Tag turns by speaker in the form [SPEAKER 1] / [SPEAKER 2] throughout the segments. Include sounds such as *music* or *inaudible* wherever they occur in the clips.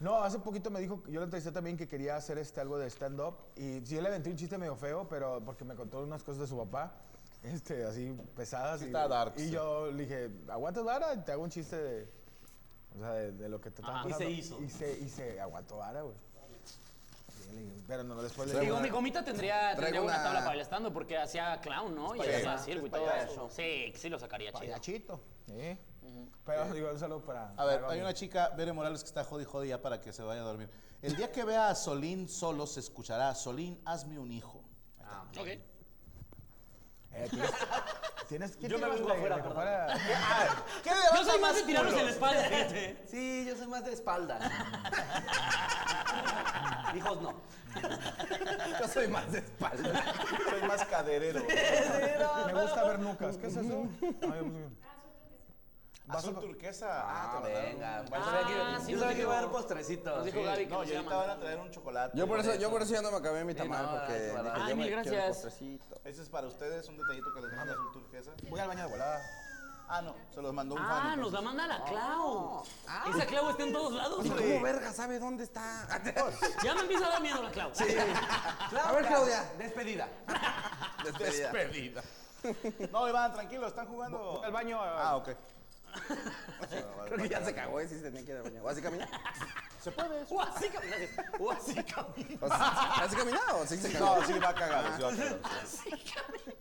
[SPEAKER 1] No, hace poquito me dijo, yo le entrevisté también que quería hacer este algo de stand-up y sí le aventé un chiste medio feo, pero porque me contó unas cosas de su papá, este, así pesadas.
[SPEAKER 2] Sí
[SPEAKER 1] y,
[SPEAKER 2] está dark,
[SPEAKER 1] y
[SPEAKER 2] sí.
[SPEAKER 1] yo le dije, aguanta vara, y te hago un chiste de, o sea, de, de lo que te estaba
[SPEAKER 3] Ajá. Ah, Y se
[SPEAKER 1] pasando".
[SPEAKER 3] hizo.
[SPEAKER 1] Y se, y se aguantó vara, güey. Y le dije, Pero no, después le
[SPEAKER 3] Digo, mi
[SPEAKER 1] dije,
[SPEAKER 3] gomita tendría, tendría
[SPEAKER 2] Traigo
[SPEAKER 3] una,
[SPEAKER 2] una-
[SPEAKER 3] tabla para el estando porque hacía clown, ¿no? Y hacía circo y todo eso. Sí, sí lo sacaría chido.
[SPEAKER 1] payachito. ¿eh? Pero digo, un saludo para...
[SPEAKER 2] A ver,
[SPEAKER 1] para Bambi.
[SPEAKER 2] hay una chica, Bere Morales, que está jodi jodi ya para que se vaya a dormir. El día que vea a Solín solo se escuchará, Solín, hazme un hijo.
[SPEAKER 3] Ok.
[SPEAKER 1] Eh, tienes- Tienes que
[SPEAKER 3] Yo me vengo afuera, perdón.
[SPEAKER 2] ¿Qué le vas
[SPEAKER 3] Yo soy más de tirarlos en la espalda, fíjate.
[SPEAKER 4] Sí, yo soy más de
[SPEAKER 2] *laughs*
[SPEAKER 4] espalda. Hijos no.
[SPEAKER 2] Yo soy más de espalda. soy más *laughs* caderero.
[SPEAKER 1] Me gusta ver nucas.
[SPEAKER 3] *laughs*
[SPEAKER 1] ¿Qué es eso? Ah, yo puse-
[SPEAKER 2] Azul turquesa. Ah, te lo
[SPEAKER 4] Venga,
[SPEAKER 2] mandaron.
[SPEAKER 4] yo sabía
[SPEAKER 3] Ah,
[SPEAKER 4] que-
[SPEAKER 3] sí,
[SPEAKER 4] yo
[SPEAKER 3] nos
[SPEAKER 4] sabía que
[SPEAKER 3] dijo-
[SPEAKER 4] iba a dar postrecito.
[SPEAKER 3] Nos dijo
[SPEAKER 4] Sí.
[SPEAKER 3] Gaby que
[SPEAKER 2] No,
[SPEAKER 3] nos
[SPEAKER 2] y
[SPEAKER 3] iba a
[SPEAKER 2] ahorita van
[SPEAKER 3] mandar.
[SPEAKER 2] a traer un chocolate.
[SPEAKER 5] Yo por eso, yo por eso ya no me acabé mi tamal
[SPEAKER 4] no,
[SPEAKER 5] porque
[SPEAKER 4] es
[SPEAKER 5] dije,
[SPEAKER 4] barato.
[SPEAKER 3] Ay,
[SPEAKER 5] yo
[SPEAKER 3] mil
[SPEAKER 5] me quiero
[SPEAKER 3] gracias.
[SPEAKER 5] un postrecito.
[SPEAKER 2] Ese es para ustedes, un detallito que les manda Azul turquesa.
[SPEAKER 1] Voy al baño de volada.
[SPEAKER 2] Ah, no, se los mandó un fan.
[SPEAKER 3] Ah, nos
[SPEAKER 2] entonces.
[SPEAKER 3] la manda la Clau. Esa Clau está en todos lados,
[SPEAKER 5] ¿Y
[SPEAKER 3] güey.
[SPEAKER 5] cómo verga sabe dónde está? *laughs*
[SPEAKER 3] Ya me empieza a dar miedo la Clau. *laughs*
[SPEAKER 5] A ver, Claudia.
[SPEAKER 4] Despedida.
[SPEAKER 5] Despedida.
[SPEAKER 2] No, Iván, tranquilo, están jugando.
[SPEAKER 1] Al baño.
[SPEAKER 2] Ah, ok.
[SPEAKER 5] Creo que ya se cagó y sí se tenía que ir a bañar. ¿O así camina?
[SPEAKER 2] ¿Se puede?
[SPEAKER 3] O así camina. O así camina.
[SPEAKER 5] ¿O así- *laughs* ¿Así camina o sí se cagó?
[SPEAKER 2] No, sí, va cagado, sí
[SPEAKER 1] *laughs*
[SPEAKER 2] va cagado.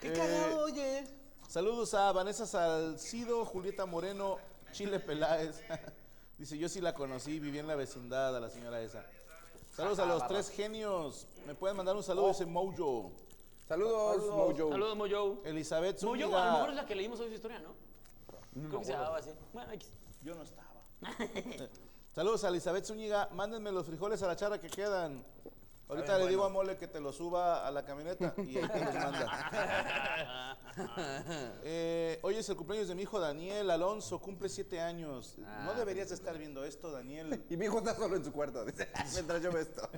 [SPEAKER 4] ¿Qué cagado, oye?
[SPEAKER 2] Eh, Saludos a Vanessa Salcido, Julieta Moreno, Chile Peláez. *laughs* Dice, yo sí la conocí, viví en la vecindad a la señora esa. Saludos a
[SPEAKER 1] Ah,
[SPEAKER 2] los tres genios. Me pueden mandar un saludo,
[SPEAKER 1] Oh.
[SPEAKER 2] dice Mojo.
[SPEAKER 5] Saludos, Mojo.
[SPEAKER 3] Saludos, Mojo.
[SPEAKER 2] Elizabeth
[SPEAKER 3] Mojo, a lo mejor es
[SPEAKER 2] Zúñiga.
[SPEAKER 3] la que leímos hoy su historia, ¿no? Creo que se llamaba así. Bueno, X.
[SPEAKER 2] Yo no estaba. *laughs* Saludos a Elizabeth Zúñiga. Mándenme los frijoles a la charra que quedan. Ahorita le digo a Mole que te los suba a la camioneta y ahí te los manda. Eh, hoy es el cumpleaños de mi hijo Daniel Alonso, cumple siete años. no deberías de estar viendo esto, Daniel.
[SPEAKER 5] Y mi hijo está solo en su cuarto, *laughs* dice, mientras yo veo esto.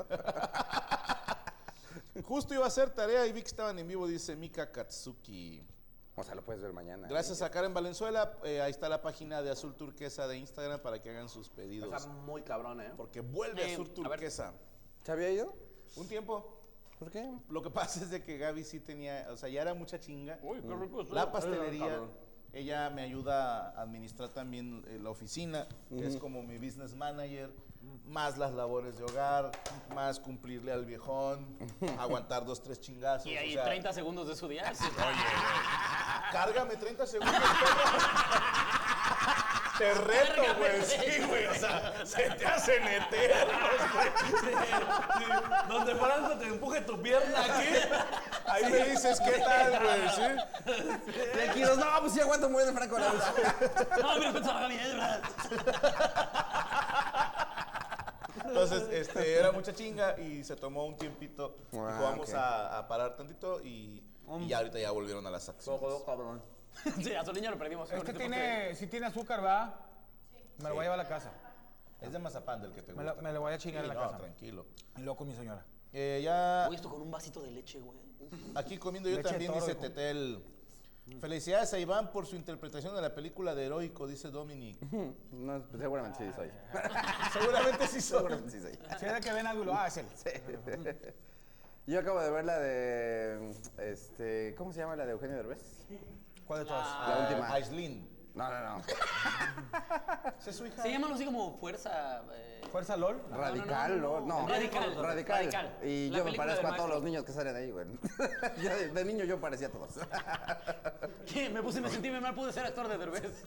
[SPEAKER 2] Justo iba a hacer tarea y vi que estaban en vivo, dice Mika Katsuki.
[SPEAKER 5] *laughs* O sea, lo puedes ver mañana.
[SPEAKER 2] Gracias a Karen Valenzuela, eh, ahí está la página de Azul Turquesa de Instagram para que hagan sus pedidos.
[SPEAKER 4] Está muy cabrón, ¿eh?
[SPEAKER 2] Porque vuelve
[SPEAKER 3] Pues Eh,
[SPEAKER 2] Azul
[SPEAKER 3] a ver.
[SPEAKER 2] Turquesa.
[SPEAKER 5] ¿Se había ido?
[SPEAKER 2] Un tiempo.
[SPEAKER 5] ¿Por qué?
[SPEAKER 2] Lo que *laughs* pasa es de que Gaby sí tenía, o sea, ya era mucha chinga.
[SPEAKER 3] Uy, qué rico está.
[SPEAKER 2] La pastelería, ella me ayuda a administrar también eh, la oficina, que es como mi business manager, más las labores de hogar, más cumplirle al viejón, aguantar dos, tres chingazos.
[SPEAKER 3] Y
[SPEAKER 2] o
[SPEAKER 3] ahí
[SPEAKER 2] sea,
[SPEAKER 3] 30 segundos de su día. sí.
[SPEAKER 2] Cárgame 30
[SPEAKER 3] *laughs*
[SPEAKER 2] segundos, perro. Te reto, güey. Sí, güey. O sea, se te hacen eternos, güey.
[SPEAKER 4] Donde Franco te empuje tu pierna aquí.
[SPEAKER 2] Ahí me dices qué tal, güey, ¿sí?
[SPEAKER 5] Tranquilos, no, pues sí aguanto muy bien, Franco. la verdad.
[SPEAKER 3] *laughs* No, mira, pensaba bien, ¿verdad? *laughs*
[SPEAKER 2] Entonces, este, era mucha chinga y se tomó un tiempito.
[SPEAKER 5] Ah,
[SPEAKER 2] dijo, vamos
[SPEAKER 5] ok.
[SPEAKER 2] a, a parar tantito y, y ya ahorita ya volvieron a las acciones.
[SPEAKER 4] cabrón.
[SPEAKER 3] Sí, a su niña lo perdimos. con
[SPEAKER 1] Este
[SPEAKER 3] este
[SPEAKER 1] tiene, sí tiene azúcar, ¿verdad? Me lo voy a llevar a la casa.
[SPEAKER 2] Es de mazapán del que te
[SPEAKER 1] Me
[SPEAKER 2] gusta.
[SPEAKER 1] lo, me lo voy a chingar
[SPEAKER 2] Sí,
[SPEAKER 1] en la
[SPEAKER 2] no,
[SPEAKER 1] casa.
[SPEAKER 2] tranquilo.
[SPEAKER 1] Y luego con mi señora.
[SPEAKER 2] Eh, ya
[SPEAKER 3] Uy, esto con un vasito de leche, güey. Uf.
[SPEAKER 2] aquí comiendo yo
[SPEAKER 1] Leche de
[SPEAKER 2] también,
[SPEAKER 1] toro,
[SPEAKER 2] dice
[SPEAKER 1] hijo.
[SPEAKER 2] Tetel. Felicidades a Iván por su interpretación de la película de Heroico, dice
[SPEAKER 1] *laughs*
[SPEAKER 2] Dominic.
[SPEAKER 5] *laughs* No, pues, seguramente sí soy.
[SPEAKER 2] Seguramente sí son.
[SPEAKER 5] seguramente *laughs* sí soy.
[SPEAKER 1] Si es de que ven algo y lo hacen.
[SPEAKER 5] Yo acabo de ver la de. Este, ¿Cómo se llama la de Eugenio Derbez?
[SPEAKER 1] ¿Cuál de
[SPEAKER 2] Ah.
[SPEAKER 1] todas?
[SPEAKER 5] La última.
[SPEAKER 2] Aislin.
[SPEAKER 5] No, no, no.
[SPEAKER 2] Esa es su hija.
[SPEAKER 3] Se llaman así como fuerza. eh,
[SPEAKER 1] ¿Fuerza LOL?
[SPEAKER 5] Radical,
[SPEAKER 3] no, no,
[SPEAKER 5] no, no,
[SPEAKER 3] no. Radical,
[SPEAKER 5] radical.
[SPEAKER 3] Radical.
[SPEAKER 5] Y
[SPEAKER 3] La
[SPEAKER 5] yo me
[SPEAKER 3] película
[SPEAKER 5] parezco
[SPEAKER 3] del
[SPEAKER 5] a todos
[SPEAKER 3] maestro.
[SPEAKER 5] los niños que salen ahí, güey. *laughs* Yo de, de niño yo parecía a todos. *laughs*
[SPEAKER 3] ¿Qué? Me puse, me sentí bien mal, pude ser actor de Derbez.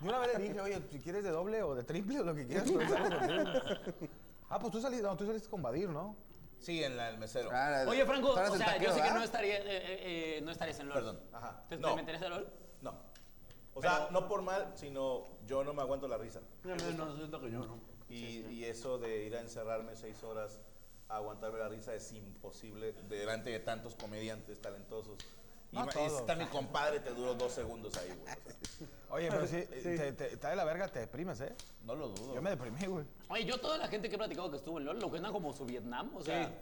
[SPEAKER 1] Yo una vez le dije, oye, si quieres de doble o de triple o lo que quieras, pero salgo *laughs* contigo. Ah, pues tú saliste, no, tú saliste con Badir, ¿no?
[SPEAKER 2] Sí, en la del mesero.
[SPEAKER 5] Ah,
[SPEAKER 3] Oye, Franco,
[SPEAKER 5] tú eras
[SPEAKER 3] o
[SPEAKER 5] el
[SPEAKER 3] sea, yo
[SPEAKER 5] taquero,
[SPEAKER 3] sé que
[SPEAKER 4] ah?
[SPEAKER 5] ¿verdad?
[SPEAKER 3] no estaría, eh, eh, eh, no estarías en LOL.
[SPEAKER 2] Perdón, ajá.
[SPEAKER 3] ¿Te,
[SPEAKER 2] No.
[SPEAKER 3] te meterías en LOL?
[SPEAKER 2] No. O sea, no por mal, sino yo no me aguanto la risa.
[SPEAKER 4] No, no, siento que yo no.
[SPEAKER 2] Y, y eso de ir a encerrarme seis horas a aguantarme la risa es imposible delante de tantos comediantes talentosos. Y
[SPEAKER 1] No
[SPEAKER 2] ma-
[SPEAKER 1] todos.
[SPEAKER 2] está mi compadre, te duró dos segundos ahí, güey. o sea,
[SPEAKER 1] Oye, pero sí, Te, te- está de la verga, te deprimes, ¿eh?
[SPEAKER 2] no lo dudo.
[SPEAKER 1] Yo me deprimí, güey.
[SPEAKER 3] Oye, yo toda la gente que he platicado que estuvo en LOL, lo cuentan como su Vietnam, o sea...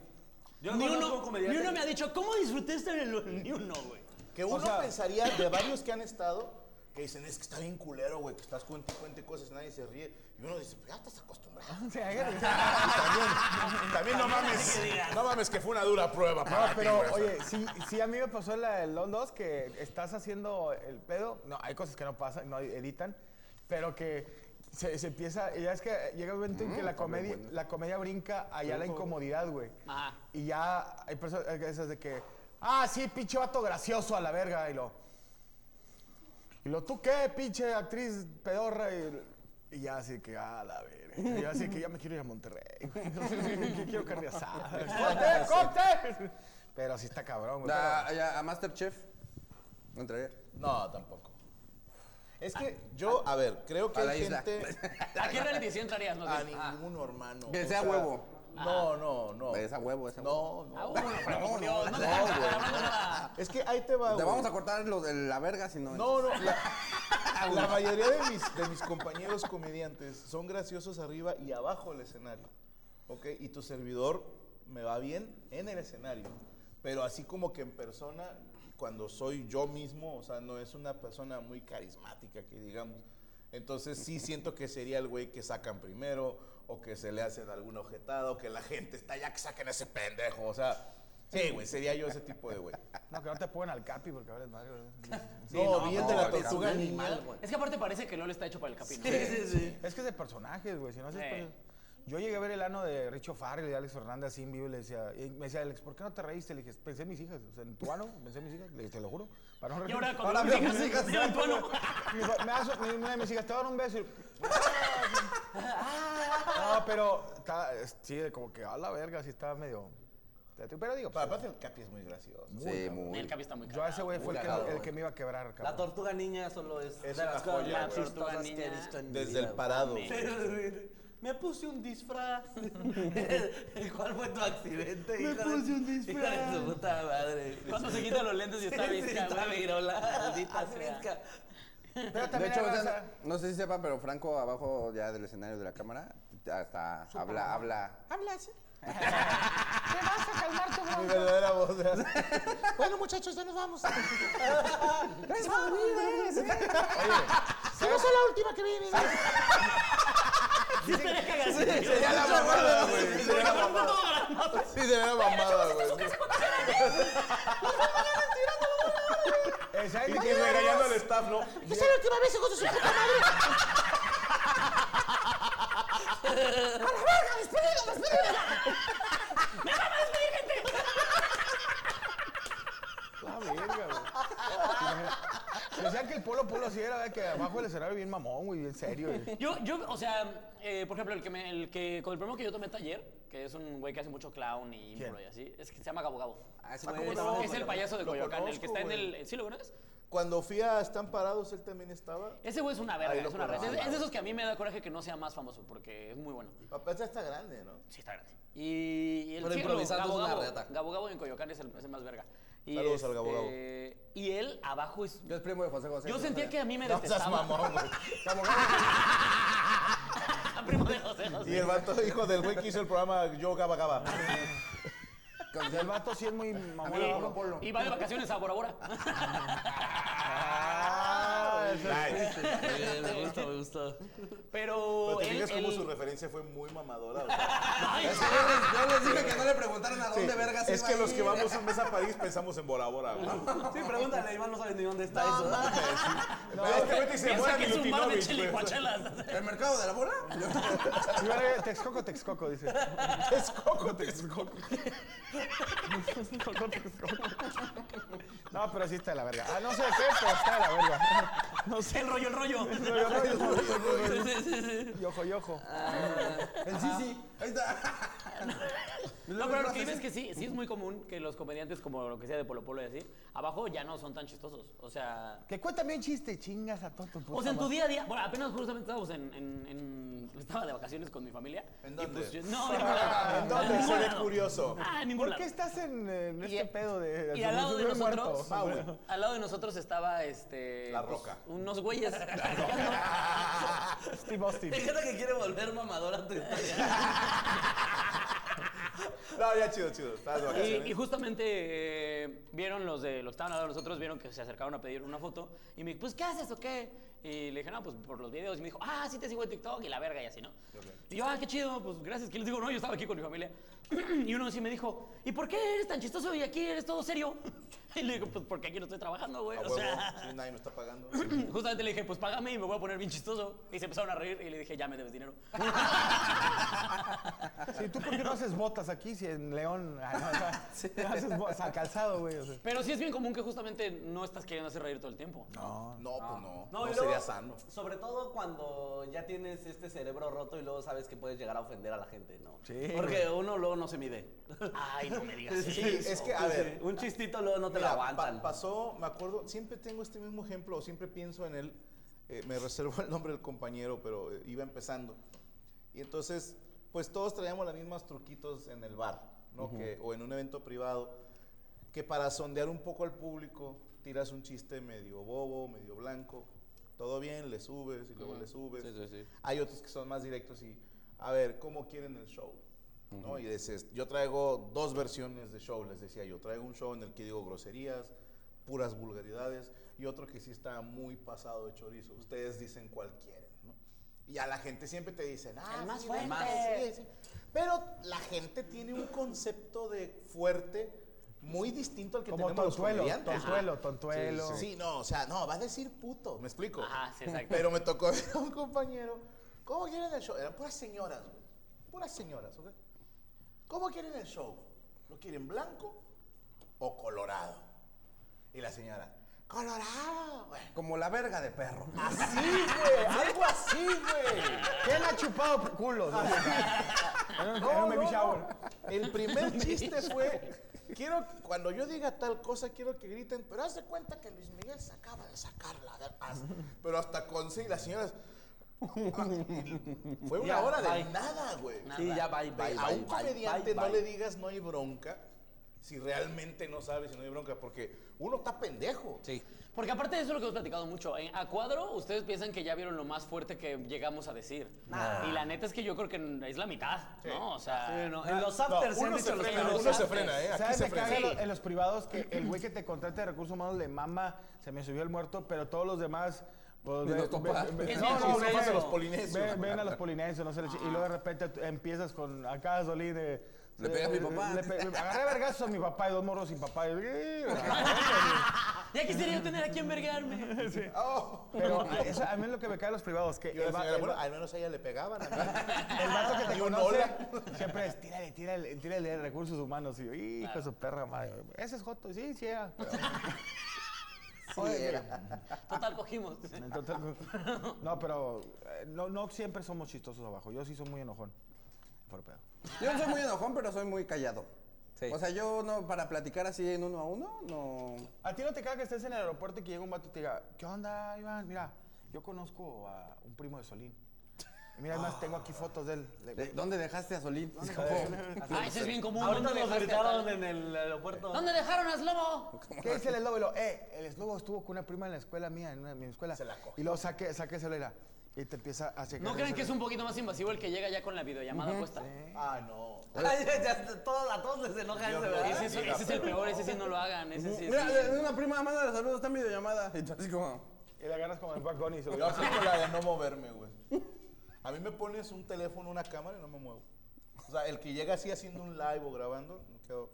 [SPEAKER 4] Yo
[SPEAKER 3] ni,
[SPEAKER 4] conozco un
[SPEAKER 3] uno,
[SPEAKER 4] comediante-
[SPEAKER 3] ni uno me ha dicho, ¿cómo disfruté estar en LOL? Ni uno, güey.
[SPEAKER 2] Que uno
[SPEAKER 1] sea- *coughs*
[SPEAKER 2] pensaría de varios que han estado que dicen, es que está bien culero, güey, que estás cuente y cuente cosas y nadie se ríe. Y uno dice, pues ya estás acostumbrado.
[SPEAKER 1] Sí, ¿eh? hay que- *laughs* Ah.
[SPEAKER 2] *laughs* también, también no mames, no mames que fue una dura prueba para
[SPEAKER 1] No,
[SPEAKER 2] ti,
[SPEAKER 1] pero
[SPEAKER 2] güey, o sea.
[SPEAKER 1] oye, sí, sí a mí me pasó en la del LOL 2 que estás haciendo el pedo. No, hay cosas que no pasan, no editan, pero que se, se empieza, y ya es que llega un momento en que la comedia, la comedia brinca allá a la incomodidad, güey.
[SPEAKER 3] Ajá.
[SPEAKER 1] Y ya hay personas hay esas de que, ah, sí, pinche vato gracioso a la verga, y lo. Y lo, ¿tú qué, pinche actriz pedorra? Y, y ya así que, ah, la verga. Y yo así que ya me quiero ir a Monterrey. *laughs* Yo quiero carne asada. ¡Corte, corte! Pero sí está cabrón, güey.
[SPEAKER 5] Da- Ah, ya, a Masterchef. No entraría.
[SPEAKER 2] No, tampoco. Es que yo, a ver, creo que
[SPEAKER 5] a la
[SPEAKER 2] hay
[SPEAKER 5] isla.
[SPEAKER 1] *laughs*
[SPEAKER 2] gente...
[SPEAKER 4] Ah,
[SPEAKER 3] ¿A qué
[SPEAKER 4] *laughs*
[SPEAKER 3] reality sí entrarías? No
[SPEAKER 2] A
[SPEAKER 3] sé?
[SPEAKER 2] ninguno, hermano.
[SPEAKER 5] Que
[SPEAKER 2] O
[SPEAKER 5] sea huevo.
[SPEAKER 2] No, no, no.
[SPEAKER 5] Es a huevo, es a
[SPEAKER 2] No,
[SPEAKER 3] Ah,
[SPEAKER 2] no.
[SPEAKER 3] bueno, Franco, por Dios, no,
[SPEAKER 2] No,
[SPEAKER 3] te hagas
[SPEAKER 2] güey.
[SPEAKER 3] nada.
[SPEAKER 2] Es que ahí te va,
[SPEAKER 5] Te
[SPEAKER 2] güey.
[SPEAKER 5] vamos a cortar los de la verga si no.
[SPEAKER 2] No, no. La, la mayoría de mis, de mis compañeros comediantes son graciosos arriba y abajo del escenario. ¿Ok? Y tu servidor me va bien en el escenario. Pero así como que en persona, cuando soy yo mismo, o sea, no es una persona muy carismática, que digamos. Entonces sí siento que sería el güey que sacan primero, o que se le hacen alguna ojetada, o que la gente está ya que saquen a ese pendejo. O sea, sí, güey, sería yo ese tipo de güey.
[SPEAKER 1] No, que no te pongan al capi porque hablas madre, güey.
[SPEAKER 2] no, bien de la
[SPEAKER 5] no,
[SPEAKER 2] tortuga
[SPEAKER 5] cabrón,
[SPEAKER 2] animal, güey.
[SPEAKER 3] Es que aparte parece que LOL está hecho para el capino.
[SPEAKER 1] *laughs* Es que es de personajes, güey. Si no haces
[SPEAKER 3] Sí.
[SPEAKER 1] cosas- Yo llegué a ver el ano de Richo Farrell y Alex Fernández así en vivo y le decía, y me decía Alex, ¿por qué no te reíste? Le dije, pensé en mis hijas, o sea, en tu ano, pensé en mis hijas, le dije, te lo juro. Para no
[SPEAKER 3] Y
[SPEAKER 1] reírme.
[SPEAKER 3] ahora cuando me digas, mira en tu
[SPEAKER 1] *laughs*
[SPEAKER 3] ano.
[SPEAKER 1] Y dijo, me das, me, me, mis hijas, te van a dar un beso. Y- "Ah,
[SPEAKER 3] *laughs*
[SPEAKER 1] No, pero está- es- sí, como que a la verga, sí estaba medio. Pero digo,
[SPEAKER 2] Pero
[SPEAKER 1] pues,
[SPEAKER 2] aparte el Capi es muy gracioso.
[SPEAKER 5] Sí, muy.
[SPEAKER 3] El capi está muy
[SPEAKER 1] yo a
[SPEAKER 3] caro.
[SPEAKER 1] ese güey fue el que, el que me iba a quebrar, cabrón.
[SPEAKER 6] La tortuga niña solo es,
[SPEAKER 2] Es
[SPEAKER 6] de
[SPEAKER 2] una
[SPEAKER 6] las cosas
[SPEAKER 2] joya,
[SPEAKER 6] más
[SPEAKER 2] güey.
[SPEAKER 6] chistosas
[SPEAKER 3] Tortuga
[SPEAKER 6] que he
[SPEAKER 3] niña.
[SPEAKER 6] visto en mi
[SPEAKER 2] Desde
[SPEAKER 6] vida,
[SPEAKER 2] el parado. güey.
[SPEAKER 6] güey. Me puse un disfraz. ¿Cuál fue tu accidente, Me puse un disfraz. Hijo de su puta madre.
[SPEAKER 3] Cuando se quita los lentes y está
[SPEAKER 6] Sí, sí,
[SPEAKER 3] bizca,
[SPEAKER 6] está
[SPEAKER 3] güey. *laughs*
[SPEAKER 6] virola.
[SPEAKER 3] Maldita
[SPEAKER 6] Así
[SPEAKER 3] sea.
[SPEAKER 6] bizca.
[SPEAKER 1] Pero
[SPEAKER 5] De
[SPEAKER 1] también
[SPEAKER 5] hecho,
[SPEAKER 1] hay
[SPEAKER 5] o sea,
[SPEAKER 1] raza-
[SPEAKER 5] no sé si sepan, pero Franco abajo ya del escenario de la cámara hasta habla, habla.
[SPEAKER 6] Ah,
[SPEAKER 5] Habla,
[SPEAKER 6] *laughs*
[SPEAKER 5] sí.
[SPEAKER 2] Mi verdadera voz.
[SPEAKER 5] Bueno, muchachos, ya nos
[SPEAKER 6] *laughs*
[SPEAKER 5] vamos.
[SPEAKER 3] Sí, estaría cagadísimo.
[SPEAKER 2] Sería la mamada, güey. Sería la mamada. Sí, sería la mamada, güey.
[SPEAKER 1] Eh, ¿saben
[SPEAKER 2] Y
[SPEAKER 1] de
[SPEAKER 2] que
[SPEAKER 1] qué me
[SPEAKER 2] regañando al staff, ¿no?
[SPEAKER 1] La verga, güey. Decían que el polo polo así era, de que abajo del escenario bien mamón, güey, bien serio. güey.
[SPEAKER 3] Yo, yo, o sea, eh, por ejemplo, el que me, el que, con el primero que yo tomé taller, que es un güey que hace mucho clown y impro
[SPEAKER 1] ¿Quién?
[SPEAKER 3] y así, es que se llama Gabo Gabo.
[SPEAKER 6] Ah, ese
[SPEAKER 3] Es-
[SPEAKER 6] güey
[SPEAKER 3] es,
[SPEAKER 6] trabaja en
[SPEAKER 3] el
[SPEAKER 6] Coyoacán.
[SPEAKER 3] payaso de
[SPEAKER 2] Lo
[SPEAKER 3] Coyoacán, el
[SPEAKER 2] conozco,
[SPEAKER 3] que está en
[SPEAKER 2] güey.
[SPEAKER 3] el, ¿sí lo conoces?
[SPEAKER 2] Cuando fui a Están Parados, él también estaba.
[SPEAKER 3] Ese güey es una verga,
[SPEAKER 2] Ahí lo
[SPEAKER 3] es una red.
[SPEAKER 2] conozco.
[SPEAKER 3] Es, es de esos que a mí me da coraje que no sea más famoso, porque es muy bueno.
[SPEAKER 2] Papá ya está grande, ¿no?
[SPEAKER 3] Sí, está grande. Y, y el
[SPEAKER 6] Pero
[SPEAKER 3] sí,
[SPEAKER 6] improvisando
[SPEAKER 3] Gabo
[SPEAKER 6] es una
[SPEAKER 3] Gabo,
[SPEAKER 6] reata.
[SPEAKER 3] Gabo Gabo en Coyoacán es el, es el más verga. Y
[SPEAKER 2] Saludos al Gabo Gabo.
[SPEAKER 3] este, Y él abajo es...
[SPEAKER 5] Yo es primo de José José.
[SPEAKER 3] *laughs* Yo sentía que a mí me
[SPEAKER 2] No seas
[SPEAKER 3] detestaba.
[SPEAKER 2] mamón, güey.
[SPEAKER 3] primo de José José.
[SPEAKER 2] Y el vato, hijo del güey que hizo el programa Yo Gaba *laughs* Gaba.
[SPEAKER 1] Con- El vato sí es muy mamón.
[SPEAKER 3] Y-
[SPEAKER 1] de Polo Polo.
[SPEAKER 3] Y va de vacaciones a Bora Bora.
[SPEAKER 1] Ah, eso es-
[SPEAKER 6] Eh, me gusta, me gusta.
[SPEAKER 3] Pero.
[SPEAKER 2] Pero te
[SPEAKER 3] él-
[SPEAKER 2] fijas cómo
[SPEAKER 3] él-
[SPEAKER 2] su referencia fue muy mamadora. o sea,
[SPEAKER 3] Ay,
[SPEAKER 5] Yo les, yo les dije que no le preguntaran a
[SPEAKER 2] sí,
[SPEAKER 5] dónde vergas
[SPEAKER 2] es
[SPEAKER 5] iba
[SPEAKER 2] que
[SPEAKER 5] a
[SPEAKER 2] los
[SPEAKER 5] ir.
[SPEAKER 2] que
[SPEAKER 5] *laughs*
[SPEAKER 2] vamos un mes a París pensamos en Bora Bora. güey.
[SPEAKER 6] Sí, pregúntale, Iván no sabe ni dónde está eso.
[SPEAKER 2] No, *laughs* este güey te dice,
[SPEAKER 3] piensa
[SPEAKER 2] "Bora
[SPEAKER 3] que es un bar de
[SPEAKER 2] Milutinovich", güey. *laughs*
[SPEAKER 3] chilicuachelas. *laughs*
[SPEAKER 5] ¿El mercado de la bola?
[SPEAKER 1] Sí, vale, Texcoco, Texcoco, dice. *laughs* Texcoco, Texcoco. Texcoco, Texcoco. No, pero sí está de la verga. Ah, no sé qué, pero está de la verga.
[SPEAKER 3] El rollo, el rollo.
[SPEAKER 2] *laughs*
[SPEAKER 1] Yojo, yojo.
[SPEAKER 5] El sí, sí. Ahí está.
[SPEAKER 3] No, pero lo que digo es que sí, sí es muy común que los comediantes, como lo que sea de Polo Polo y así, abajo ya no son tan chistosos. O sea.
[SPEAKER 1] Que cuéntame un chiste, chingas a todo tu puta
[SPEAKER 3] O sea, en tu
[SPEAKER 1] madre.
[SPEAKER 3] día a día. Bueno, apenas justamente estábamos en. en- en- estaba de vacaciones con mi familia.
[SPEAKER 2] ¿En
[SPEAKER 3] y
[SPEAKER 2] dónde?
[SPEAKER 3] pues yo-
[SPEAKER 2] *laughs*
[SPEAKER 3] no,
[SPEAKER 2] ¿En dónde? Se ve curioso.
[SPEAKER 3] Ah, en ningún
[SPEAKER 1] ¿Por
[SPEAKER 3] lado.
[SPEAKER 1] qué estás en, en
[SPEAKER 3] Y- e-
[SPEAKER 1] este pedo de...
[SPEAKER 3] Y al lado de
[SPEAKER 1] de
[SPEAKER 3] nosotros,
[SPEAKER 2] Ah, güey.
[SPEAKER 3] al lado de nosotros estaba este.
[SPEAKER 2] La
[SPEAKER 3] pues,
[SPEAKER 2] Roca.
[SPEAKER 3] unos
[SPEAKER 2] *laughs*
[SPEAKER 3] güeyes. *laughs*
[SPEAKER 1] Steve Austin.
[SPEAKER 6] Me encanta que quiere volver mamadora tu historia.
[SPEAKER 2] No, ya chido, chido. Estás de vacaciones.
[SPEAKER 3] Y, y justamente eh, vieron los de los que estaban al lado de nosotros, vieron que se acercaron a pedir una foto. Y me dijo, pues, ¿qué haces o qué? Y le dije, no, pues por los videos. Y me dijo, ah, sí te sigo en TikTok y la verga y así, ¿no? Y yo, ah, qué chido, pues gracias. Que les digo, no, yo estaba aquí con mi familia. *clears throat* y uno sí me dijo, ¿y por qué eres tan chistoso y aquí eres todo serio? *laughs* y le digo, pues porque aquí no estoy trabajando, güey.
[SPEAKER 2] A
[SPEAKER 3] O
[SPEAKER 2] huevo.
[SPEAKER 3] sea.
[SPEAKER 2] sí, nadie me está pagando. *clears throat*
[SPEAKER 3] Justamente le dije, pues págame y me voy a poner bien chistoso. Y se empezaron a reír y le dije, ya me
[SPEAKER 2] *laughs*
[SPEAKER 3] debes dinero. *laughs*
[SPEAKER 1] Sí, ¿tú por qué no haces botas aquí si en León ah, no, o sea,
[SPEAKER 3] *laughs*
[SPEAKER 1] no haces botas al calzado, güey? o sea.
[SPEAKER 3] Pero sí es bien común que justamente no estás queriendo hacer reír todo el tiempo.
[SPEAKER 2] No, pues no. No,
[SPEAKER 6] y luego,
[SPEAKER 2] sería sano.
[SPEAKER 6] Sobre todo cuando ya tienes este cerebro roto y luego sabes que puedes llegar a ofender a la gente, ¿no?
[SPEAKER 1] Sí.
[SPEAKER 6] Porque uno luego no se mide.
[SPEAKER 3] Ay, no me digas
[SPEAKER 6] *laughs* Sí,
[SPEAKER 3] eso.
[SPEAKER 2] es que, a ver,
[SPEAKER 6] Un chistito luego no te
[SPEAKER 2] Mira,
[SPEAKER 6] lo aguantan.
[SPEAKER 2] pa- pasó, me acuerdo, siempre tengo este mismo ejemplo, o siempre pienso en él. eh, me *laughs* reservo el nombre del compañero, pero eh, iba empezando. Y entonces, pues todos traíamos los mismos truquitos en el bar, ¿no? Que- o en un evento privado, que para sondear un poco al público, tiras un chiste medio bobo, medio blanco, todo bien, le subes y luego le subes. Hay otros que son más directos y, a ver, ¿cómo quieren el show? ¿no? Y dices, yo traigo dos versiones de show, les decía yo. Traigo un show en el que digo groserías, puras vulgaridades, y otro que sí está muy pasado de chorizo. Ustedes dicen cuál quieren, ¿no? Y a la gente siempre te dicen, ah,
[SPEAKER 3] El más
[SPEAKER 2] sí, el más,
[SPEAKER 3] fuerte.
[SPEAKER 2] sí, sí". Pero la gente tiene un concepto de fuerte muy distinto al que
[SPEAKER 1] Como
[SPEAKER 2] tenemos los
[SPEAKER 1] tontuelo,
[SPEAKER 2] comediantes.
[SPEAKER 1] tontuelo, tontuelo.
[SPEAKER 2] Sí, sí, no, o sea, no, va a decir puto, me explico.
[SPEAKER 3] Ajá, sí, exacto.
[SPEAKER 2] Pero me tocó *laughs* ver a un compañero, ¿cómo quieren el show? Eran puras señoras, güey. Puras señoras, ¿ok? ¿Cómo quieren el show? ¿Lo quieren blanco o colorado? Y la señora, colorado, güey.
[SPEAKER 5] Como la verga de perro.
[SPEAKER 2] Así, güey, algo así, güey.
[SPEAKER 1] ¿Quién ha chupado por culo? no? En un- en un baby shower.
[SPEAKER 2] El
[SPEAKER 1] *laughs*
[SPEAKER 2] primer chiste fue, quiero, cuando yo diga tal cosa, quiero que griten, pero haz de cuenta que Luis Miguel se acaba de sacarla. pero hasta con sí, las señoras... ah, Fue una
[SPEAKER 6] Ya,
[SPEAKER 2] hora de
[SPEAKER 6] bye.
[SPEAKER 2] nada, güey.
[SPEAKER 6] Sí, ya bye, bye,
[SPEAKER 2] a
[SPEAKER 6] bye,
[SPEAKER 2] un
[SPEAKER 6] bye,
[SPEAKER 2] comediante
[SPEAKER 6] bye,
[SPEAKER 2] no
[SPEAKER 6] bye.
[SPEAKER 2] le digas no hay bronca si realmente no sabe si no hay bronca, porque uno está pendejo.
[SPEAKER 6] Sí.
[SPEAKER 3] Porque aparte de eso es lo que hemos platicado mucho. en- a cuadro, ustedes piensan que ya vieron lo más fuerte que llegamos a decir. Y la neta es que yo creo que es la mitad, ¿no? O sea...
[SPEAKER 6] Sí, no, En los afters se han
[SPEAKER 2] uno
[SPEAKER 6] dicho
[SPEAKER 2] se
[SPEAKER 6] los
[SPEAKER 2] frena,
[SPEAKER 6] peores
[SPEAKER 2] uno se
[SPEAKER 6] afters.
[SPEAKER 2] frena, ¿eh? Aquí
[SPEAKER 1] ¿Sabes?
[SPEAKER 2] se
[SPEAKER 1] Me caga en
[SPEAKER 2] frena.
[SPEAKER 1] lo- en los privados que el güey que te contrata de recursos humanos le mama, se me subió el muerto, pero todos los demás... Pues,
[SPEAKER 5] Me lo topa.
[SPEAKER 3] Es
[SPEAKER 1] no,
[SPEAKER 3] bien
[SPEAKER 1] no,
[SPEAKER 3] chistoso
[SPEAKER 1] ve-
[SPEAKER 3] a
[SPEAKER 2] los polinesios.
[SPEAKER 1] ve- Ven, a los polinesios, no se le chi- Y luego de repente tú empiezas con, acá Solín, eh,
[SPEAKER 5] Le pegué a mi papá.
[SPEAKER 1] le pe- agarré vergazos a mi papá y dos morros sin papá. Y, eh,
[SPEAKER 3] Ah,
[SPEAKER 2] ¿eh?
[SPEAKER 3] Ya quisiera yo tener a quien vergarme.
[SPEAKER 2] *laughs*
[SPEAKER 1] Pero a, eso- a mí es lo que me cae de los privados, que
[SPEAKER 2] Yo a
[SPEAKER 1] el,
[SPEAKER 2] la
[SPEAKER 1] va-
[SPEAKER 2] señora,
[SPEAKER 1] el va-
[SPEAKER 2] bueno, al menos a ella le pegaban. a mí. *laughs*
[SPEAKER 1] el vato que te
[SPEAKER 2] Y un
[SPEAKER 1] conoce
[SPEAKER 2] hola.
[SPEAKER 1] siempre es, tírale, tírale, tírale de recursos humanos. Y yo, hijo de su perra madre. Ese es Joto. Sí, sí era.
[SPEAKER 5] Sí, era.
[SPEAKER 3] Total,
[SPEAKER 6] *laughs*
[SPEAKER 3] cogimos.
[SPEAKER 1] Entonces, *laughs* no, pero eh, no, no siempre somos chistosos abajo. Yo sí soy muy enojón. Por pedo.
[SPEAKER 5] Yo no soy muy enojón, pero soy muy callado.
[SPEAKER 6] Sí.
[SPEAKER 5] O sea, yo no, para platicar así en uno a uno, no.
[SPEAKER 1] ¿A ti no te caga que estés en el aeropuerto y que llega un vato y te diga, ¿qué onda, Iván? Mira, yo conozco a un primo de Solín. Y mira, además tengo aquí fotos de él. Le-
[SPEAKER 5] ¿De- ¿Dónde dejaste a Solín?
[SPEAKER 3] Ah, eso es bien común.
[SPEAKER 6] Ahorita
[SPEAKER 3] ¿Dónde
[SPEAKER 6] nos
[SPEAKER 3] dejaste a
[SPEAKER 6] gritaron
[SPEAKER 3] tal?
[SPEAKER 6] en el aeropuerto.
[SPEAKER 3] ¿Dónde dejaron a Slobo?
[SPEAKER 1] ¿Qué dice el eslobo? Y lo, eh, el eslobo estuvo con una prima en la escuela mía, en, una- en mi escuela.
[SPEAKER 2] la cogió.
[SPEAKER 1] Y luego saqué, saqué ese y era, Y te empieza a checar.
[SPEAKER 3] ¿No creen que es
[SPEAKER 1] un.?
[SPEAKER 3] un poquito más invasivo el que llega ya con la videollamada puesta?
[SPEAKER 2] Ah, no.
[SPEAKER 6] Ay, ya, ya, todo- a todos les enoja ese, ¿verdad?
[SPEAKER 3] Ese, es-
[SPEAKER 2] Ah,
[SPEAKER 3] ese es el peor, ese sí no lo hagan. Ese sí,
[SPEAKER 5] Mira,
[SPEAKER 3] sí.
[SPEAKER 2] eh,
[SPEAKER 5] de- de una prima, manda de saludos, está en videollamada. Y tú así como.
[SPEAKER 1] Y la ganas como el Bad Bunny. se lo-
[SPEAKER 2] Yo así con la de no moverme, güey. A mí me pones un teléfono, una cámara y no me muevo. O sea, el que llega así haciendo un live o grabando, no quedo.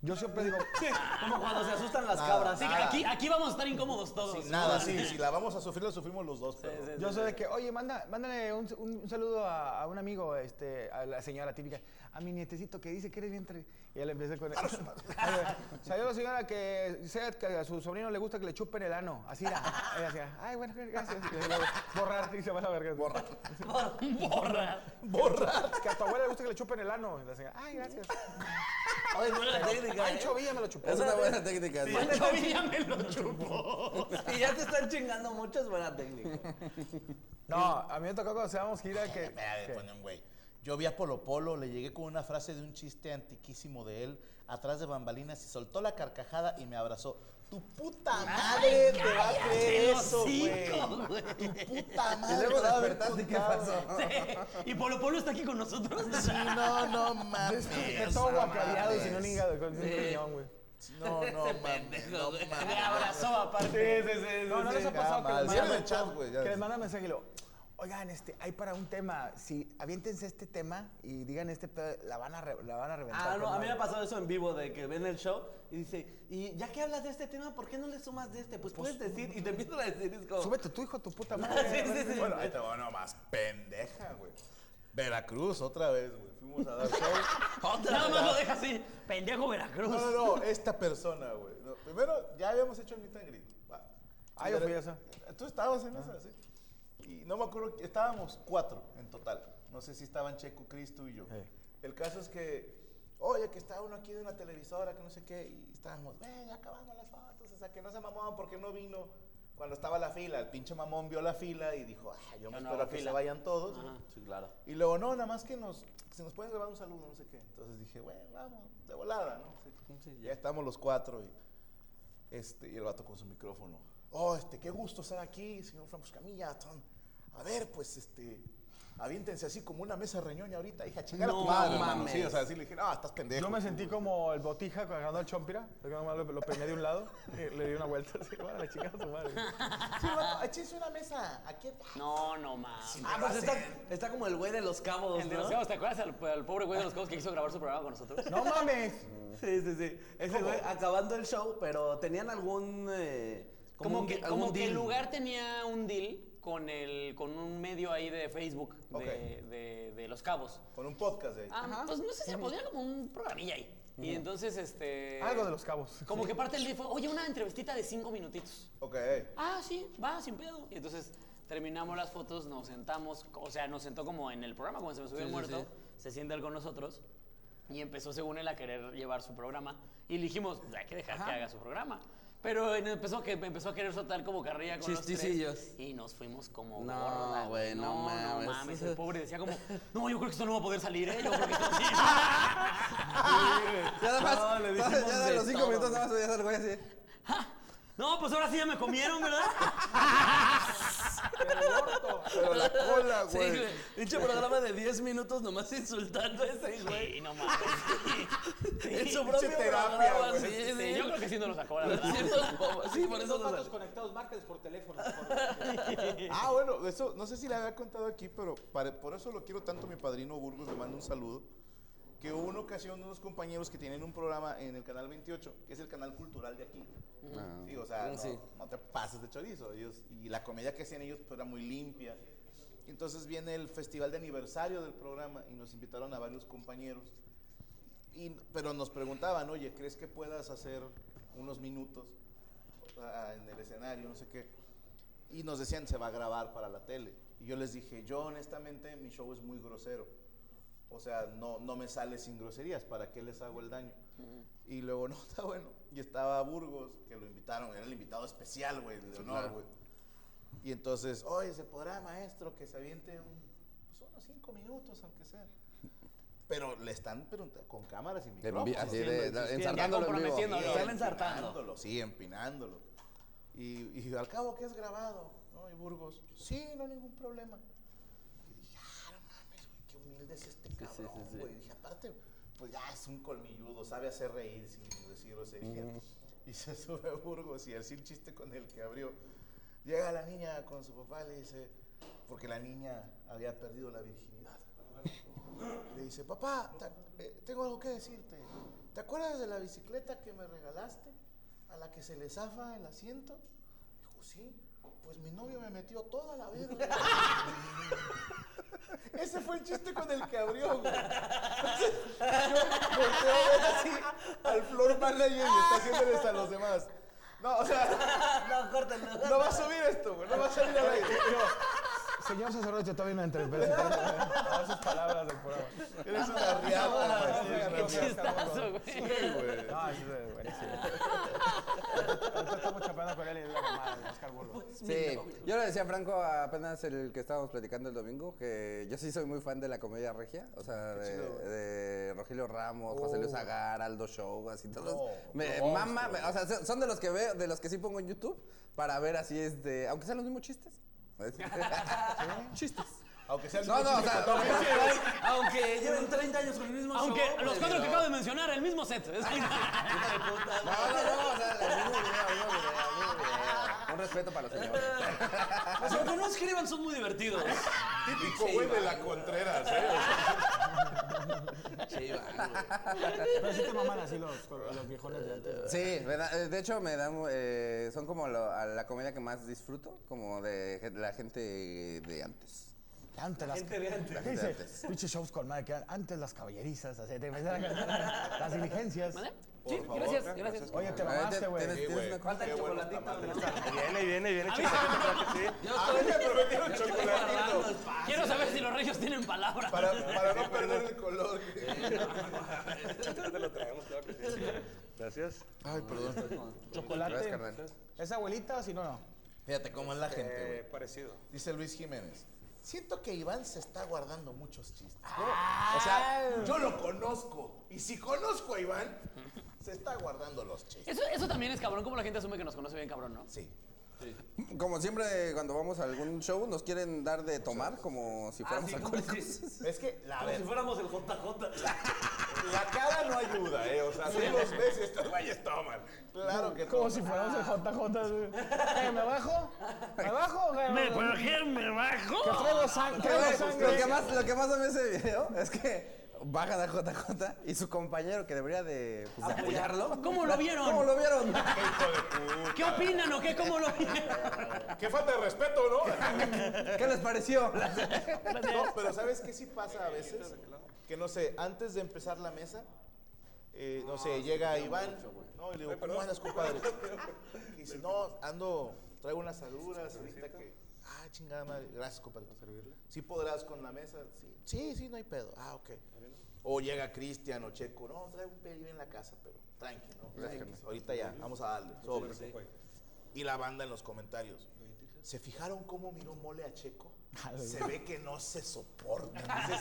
[SPEAKER 1] Yo siempre digo.
[SPEAKER 3] *laughs*
[SPEAKER 6] Como cuando
[SPEAKER 3] Ah.
[SPEAKER 6] se asustan las
[SPEAKER 2] Nada,
[SPEAKER 6] cabras.
[SPEAKER 3] Sí,
[SPEAKER 2] nada.
[SPEAKER 3] aquí, aquí vamos a estar incómodos todos.
[SPEAKER 2] ah. Nada, sí, si la vamos a sufrir, la sufrimos los dos, pero.
[SPEAKER 1] Yo soy de que, oye, manda, mándale un, un- un saludo a, a un amigo, este, a la señora típica, a mi nietecito que dice que eres bien... tre-". Y él empieza con... Salió la señora que, sea que a su sobrino le gusta que le chupen el ano. Así era. Ella hacía, ay, bueno, gracias. Y luego, borrar, y se va a la verga. Borrar.
[SPEAKER 3] Borra.
[SPEAKER 2] Borrar.
[SPEAKER 1] Es que a tu abuela le gusta que le chupen el ano. Y la señora, ay, gracias.
[SPEAKER 6] Ay, buena técnica. ¿eh?
[SPEAKER 1] Pancho Villa me lo chupó.
[SPEAKER 5] Es una buena técnica. ¿no?
[SPEAKER 3] Pancho Villa me lo chupó.
[SPEAKER 6] Y ya te están chingando mucho, es buena técnica.
[SPEAKER 1] No, a mí me tocó cuando se íbamos gira que...
[SPEAKER 2] Espera,
[SPEAKER 1] que-
[SPEAKER 2] ponen, güey. Yo vi a Polo Polo, le llegué con una frase de un chiste antiquísimo de él, atrás de bambalinas, y soltó la carcajada y me abrazó. Tu puta madre te va a creer eso, güey. Tu puta madre.
[SPEAKER 5] Y luego
[SPEAKER 2] te va a haber
[SPEAKER 5] despertaste, ¿qué
[SPEAKER 2] contado.
[SPEAKER 5] pasó?
[SPEAKER 3] Y Polo Polo está aquí con nosotros.
[SPEAKER 2] Sí, no, no mames.
[SPEAKER 1] que todo guacareado y sin un hígado, con un
[SPEAKER 6] Sí.
[SPEAKER 1] riñón, güey.
[SPEAKER 2] No,
[SPEAKER 3] *laughs*
[SPEAKER 2] no mames. No
[SPEAKER 6] güey.
[SPEAKER 2] mames.
[SPEAKER 3] Me abrazó aparte.
[SPEAKER 1] No, no les ha pasado que
[SPEAKER 2] mal.
[SPEAKER 1] les
[SPEAKER 2] Cierren
[SPEAKER 1] mandan
[SPEAKER 2] el chat, güey, ya.
[SPEAKER 1] Que les mandan mensaje y lo, oigan, este, hay para un tema, si aviéntense este tema y digan este pedo, la van a, re- la van a reventar.
[SPEAKER 6] Ah, no,
[SPEAKER 1] con
[SPEAKER 6] a mí me ha
[SPEAKER 1] madre".
[SPEAKER 6] pasado eso en vivo, de que ven el show y dice, y ya que hablas de este tema, ¿por qué no le sumas de este? Pues puedes decir, y te empiezan a decir, es como...
[SPEAKER 1] Súbete tú, hijo, de tu puta madre.
[SPEAKER 6] *laughs* Sí, sí, sí.
[SPEAKER 2] Bueno, ahí te va una más pendeja, güey. Veracruz, otra vez, güey. Fuimos a dar
[SPEAKER 6] *laughs*
[SPEAKER 2] show.
[SPEAKER 3] Nada más lo deja así. Pendejo Veracruz.
[SPEAKER 2] No, no, no, esta persona, güey. No, primero, ya habíamos hecho el meet and greet. Va.
[SPEAKER 1] Ah, yo fui a esa.
[SPEAKER 2] Tú estabas
[SPEAKER 6] Ah.
[SPEAKER 2] en esa, sí. Y no me acuerdo, que- estábamos cuatro en total. No sé si estaban Checo, Cristo y yo. El caso es que, oye, que está uno aquí de una televisora, que no sé qué, y estábamos, "Ven, ya acabamos las fotos, o sea, que no se mamaban porque no vino cuando estaba la fila. El pinche mamón vio la fila y dijo, ah, yo me
[SPEAKER 3] no
[SPEAKER 2] espero
[SPEAKER 3] hago
[SPEAKER 2] a que se
[SPEAKER 3] fila".
[SPEAKER 2] vayan todos.
[SPEAKER 6] Sí, claro.
[SPEAKER 2] Y luego, no, nada más que nos, se nos pueden grabar un saludo, no sé qué. Entonces dije, bueno, vamos, de volada, ¿no? ya. estamos los cuatro y, este, y el vato con su micrófono. Oh, este, qué gusto estar aquí, señor Franco Camilla. A ver, pues, este, aviéntense así como una mesa reñoña ahorita. Dije, a chingar a
[SPEAKER 6] No
[SPEAKER 2] tu madre, hermano.
[SPEAKER 6] mames.
[SPEAKER 2] Sí, o sea, sí le dije, no, estás pendejo.
[SPEAKER 1] Yo me sentí como el botija agarrando al chompira, porque nomás lo, lo peiné de un lado, y le di una vuelta *laughs* así, bueno, la chingada a su madre.
[SPEAKER 2] Sí, vato, Ah, échense una mesa. Aquí.
[SPEAKER 3] No, no más.
[SPEAKER 6] Ah, pues está, está como el güey de los cabos,
[SPEAKER 3] El de
[SPEAKER 6] ¿no?
[SPEAKER 3] los cabos, ¿te acuerdas al, al pobre güey de los cabos que quiso grabar su programa con nosotros?
[SPEAKER 1] ¡No mames!
[SPEAKER 6] *laughs* Sí, sí, sí. Ese güey acabando el show, pero tenían algún... eh,
[SPEAKER 3] *laughs* Como,
[SPEAKER 6] un
[SPEAKER 3] que,
[SPEAKER 6] di- algún
[SPEAKER 3] como que el
[SPEAKER 6] deal.
[SPEAKER 3] lugar tenía un deal con, el, con un medio ahí de Facebook de,
[SPEAKER 2] Ok.
[SPEAKER 3] de- de Los Cabos.
[SPEAKER 2] Con un podcast eh. de ahí.
[SPEAKER 3] Ah, pues no sé si le podría como un programilla ahí. Y entonces, este...
[SPEAKER 1] Algo de los cabos.
[SPEAKER 3] Como que parte del deal fue, oye, una entrevistita de cinco minutitos.
[SPEAKER 2] Ok.
[SPEAKER 3] Ah, sí, va, sin pedo. Y entonces terminamos las fotos, nos sentamos, o sea, nos sentó como en el programa, como se me subió el muerto, se sienta él con nosotros y empezó, según él, a querer llevar su programa. Y le dijimos, "Pues, hay que dejar que haga su programa. Pero en- empezó, que, empezó a querer soltar como carrilla con los tres.
[SPEAKER 6] Chistecillos.
[SPEAKER 3] Y nos fuimos como
[SPEAKER 6] No,
[SPEAKER 3] gorda.
[SPEAKER 6] güey, no mames.
[SPEAKER 3] No mames, el pobre decía como, no, yo creo que esto no va a poder salir, ¿eh? Yo creo que esto
[SPEAKER 6] *laughs*
[SPEAKER 3] sí". *laughs*
[SPEAKER 5] Ya nada más.
[SPEAKER 6] No, le
[SPEAKER 5] ya-
[SPEAKER 6] dijimos
[SPEAKER 5] ya de
[SPEAKER 6] de
[SPEAKER 5] los cinco
[SPEAKER 6] todo.
[SPEAKER 5] minutos nada más veías al güey así.
[SPEAKER 3] No, pues ahora sí ya me comieron, ¿verdad?
[SPEAKER 2] Pero la cola,
[SPEAKER 6] Sí,
[SPEAKER 2] güey.
[SPEAKER 6] güey. Dicho programa de 10 minutos nomás insultando a ese güey.
[SPEAKER 3] Sí, no *laughs* mames.
[SPEAKER 6] En su
[SPEAKER 2] pinche
[SPEAKER 6] propio
[SPEAKER 2] terapia,
[SPEAKER 6] programa,
[SPEAKER 2] güey.
[SPEAKER 6] sí,
[SPEAKER 3] Sí,
[SPEAKER 6] sí.
[SPEAKER 3] yo creo que sí no lo sacó, la verdad.
[SPEAKER 6] Sí, por- Sí, por eso nos
[SPEAKER 4] conectados, márcales por teléfono.
[SPEAKER 6] Eh,
[SPEAKER 2] Ah, bueno, eso, no sé si le había contado aquí, pero para- por eso lo quiero tanto mi padrino Burgos, le mando un saludo. Que hubo una ocasión de unos compañeros que tienen un programa en el canal 28, que es el canal cultural de aquí. Sí, o sea, no, no te pases de chorizo. ellos- y la comedia que hacían ellos pues, era muy limpia. Y Entonces viene el festival de aniversario del programa y nos invitaron a varios compañeros. Y- pero nos preguntaban, oye, ¿crees que puedas hacer unos minutos ah, en el escenario? No sé qué. Y nos decían, se va a grabar para la tele. Y yo les dije, yo honestamente, mi show es muy grosero. O sea, no, no me sale sin groserías, ¿para qué les hago el daño? Y luego, *laughs* no, está bueno. Y estaba Burgos, que lo invitaron, era el invitado especial, güey, el de honor, güey. Y entonces, oye, ¿se podrá, maestro, que se aviente un, pues, unos cinco minutos, aunque sea? Pero le están preguntando con cámaras y micrófonos.
[SPEAKER 5] vi-
[SPEAKER 6] pues,
[SPEAKER 5] así de-
[SPEAKER 2] insistiendo,
[SPEAKER 5] de-
[SPEAKER 2] insistiendo.
[SPEAKER 5] ensartándolo en vivo.
[SPEAKER 2] Sí,
[SPEAKER 6] Están ensartando.
[SPEAKER 2] empinándolo, Sí, empinándolo. Y, y al cabo que es grabado, ¿no? y Burgos. Sí, no hay ningún problema. Y dije, ah, no mames, güey, qué humilde es este cabrón, güey. Dije, aparte, pues ya es un colmilludo, sabe hacer reír sin decir grosería. *laughs* Y se sube a Burgos y así el chiste con el que abrió. Llega la niña con su papá y le dice, porque la niña había perdido la virginidad. Le dice, papá, ta- eh, tengo algo que decirte. ¿Te acuerdas de la bicicleta que me regalaste? A la que se le zafa el asiento. Dijo, sí. Pues mi novio me metió toda la verga. Ese fue el chiste con el que abrió, güey. Entonces, yo volteo a ver así al floor manager y está haciéndoles a los demás. No, o sea,
[SPEAKER 6] No, córtalo.
[SPEAKER 2] no va a subir esto, güey. No va a salir al aire.
[SPEAKER 1] Señor sacerdote, todavía no entré. Pero, a sus palabras del programa.
[SPEAKER 2] Eres una
[SPEAKER 1] *laughs*
[SPEAKER 2] riada, güey.
[SPEAKER 3] Qué chistazo, güey.
[SPEAKER 2] Sí, güey.
[SPEAKER 1] No, sí, güey, buenísimo. Ahorita estamos chapando con él y es la mamada de Oscar Burgos.
[SPEAKER 5] Sí, yo le decía a Franco apenas el que estábamos platicando el domingo que yo sí soy muy fan de la comedia regia, o sea, de, de Rogelio Ramos, José
[SPEAKER 6] Oh.
[SPEAKER 5] Luis Agar, Aldo Show, así todos. me mama, me- o sea, son- son de los que veo, de los que sí pongo en YouTube para ver así este, aunque sean los mismos
[SPEAKER 6] *laughs*
[SPEAKER 5] chistes. *laughs* Chistes.
[SPEAKER 2] Aunque sea el
[SPEAKER 5] No, no, o sea,
[SPEAKER 6] Aunque lleven 30 años con el mismo
[SPEAKER 3] Aunque
[SPEAKER 6] show,
[SPEAKER 3] los cuatro
[SPEAKER 6] pero-
[SPEAKER 3] que acabo de mencionar, el mismo set. *laughs* Es-
[SPEAKER 6] Hija de puta,
[SPEAKER 5] no, no, no, o sea, el mismo video, el mismo video, el mismo video. Un respeto para los señores.
[SPEAKER 3] Pues
[SPEAKER 6] Los que no escriban son muy divertidos.
[SPEAKER 2] *laughs* típico, güey, de la Contreras, ¿eh?
[SPEAKER 6] Che, Iván, güey.
[SPEAKER 1] Pero sí te maman así los, los viejones de antes.
[SPEAKER 5] Sí, me da- eh, de hecho me dan, eh, son como lo- a la comedia que más disfruto, como de gen- la gente de antes.
[SPEAKER 1] Antes las...
[SPEAKER 6] Gente de antes.
[SPEAKER 1] ¿Qué dice?
[SPEAKER 5] antes.
[SPEAKER 1] Pinches shows con madre que eran antes las caballerizas, así, te empezaron a cantar las diligencias.
[SPEAKER 3] ¿Vale? Sí, gracias, gracias.
[SPEAKER 1] Oye, te
[SPEAKER 5] Eh,
[SPEAKER 1] mamaste,
[SPEAKER 5] te-
[SPEAKER 1] güey.
[SPEAKER 5] tienes- tienes una cosa-
[SPEAKER 6] Falta el chocolatito. ¿no?
[SPEAKER 7] Viene, viene, viene.
[SPEAKER 3] mí-
[SPEAKER 7] chocolate, sí.
[SPEAKER 6] Yo estoy-
[SPEAKER 2] me prometieron
[SPEAKER 6] yo estoy
[SPEAKER 2] chocolatito.
[SPEAKER 6] guardando espacio.
[SPEAKER 3] Quiero saber si los regios tienen palabra.
[SPEAKER 2] Para, para no perder el color.
[SPEAKER 7] Ahorita te lo traemos, claro que sí. Gracias.
[SPEAKER 2] Ay, perdón.
[SPEAKER 5] Gracias,
[SPEAKER 1] Chocolate.
[SPEAKER 5] carnal.
[SPEAKER 1] ¿Es abuelita o si no, no?
[SPEAKER 2] Fíjate cómo es la gente, güey.
[SPEAKER 7] Eh, parecido.
[SPEAKER 2] Dice Luis Jiménez. Siento que Iván se está guardando muchos chistes. O sea, yo lo conozco. Y si conozco a Iván, se está guardando los chistes.
[SPEAKER 3] Eso, eso también es cabrón, como la gente asume que nos conoce bien cabrón, ¿no?
[SPEAKER 2] Sí.
[SPEAKER 5] Como siempre cuando vamos a algún show nos quieren dar de tomar como
[SPEAKER 1] Ah,
[SPEAKER 5] si fuéramos
[SPEAKER 6] Así como
[SPEAKER 5] alcohólicos. *laughs*
[SPEAKER 6] si-
[SPEAKER 2] Es que, la, a
[SPEAKER 6] como
[SPEAKER 2] ver,
[SPEAKER 6] si fuéramos el JJ.
[SPEAKER 2] la cara no ayuda, ¿eh? O sea, tú los ves y estos güeyes toman. Claro que
[SPEAKER 1] Como
[SPEAKER 2] toman.
[SPEAKER 1] si fuéramos el JJ. güey. ¿Qué, "Eh, ¿Me bajo? ¿Me bajo? güey?
[SPEAKER 3] qué me bajo?
[SPEAKER 1] Que traigo, sang-
[SPEAKER 5] Pero,
[SPEAKER 1] traigo
[SPEAKER 5] güey, Lo que
[SPEAKER 1] sangre.
[SPEAKER 5] más, lo que más me ese video es que bajan a JJ y su compañero que debería de, pues, de apoyarlo.
[SPEAKER 3] ¿Cómo lo vieron?
[SPEAKER 5] ¿Cómo lo vieron?
[SPEAKER 3] ¿Qué opinan o qué? ¿Cómo lo vieron?
[SPEAKER 2] Qué falta de respeto, ¿no?
[SPEAKER 5] ¿Qué les pareció?
[SPEAKER 2] No, pero ¿sabes qué sí pasa a veces? Que no sé, antes de empezar la mesa, eh, no sé, llega Iván, no, y le digo, ¿cómo andas, compadre? Y dice, no, ando, traigo unas saludas ahorita que, ah, chingada madre, gracias, compadre. ¿Sí podrás con la mesa? Sí, sí, sí, no hay pedo. Ah, ok. O llega Cristian o Checo, no, traigo un pedido en la casa, pero tranqui, ¿no? Tranqui, ahorita ya, vamos a darle, sobre. Y la banda en los comentarios. ¿Se fijaron cómo miró mole a Checo? Se ve que no se soporta. Dices,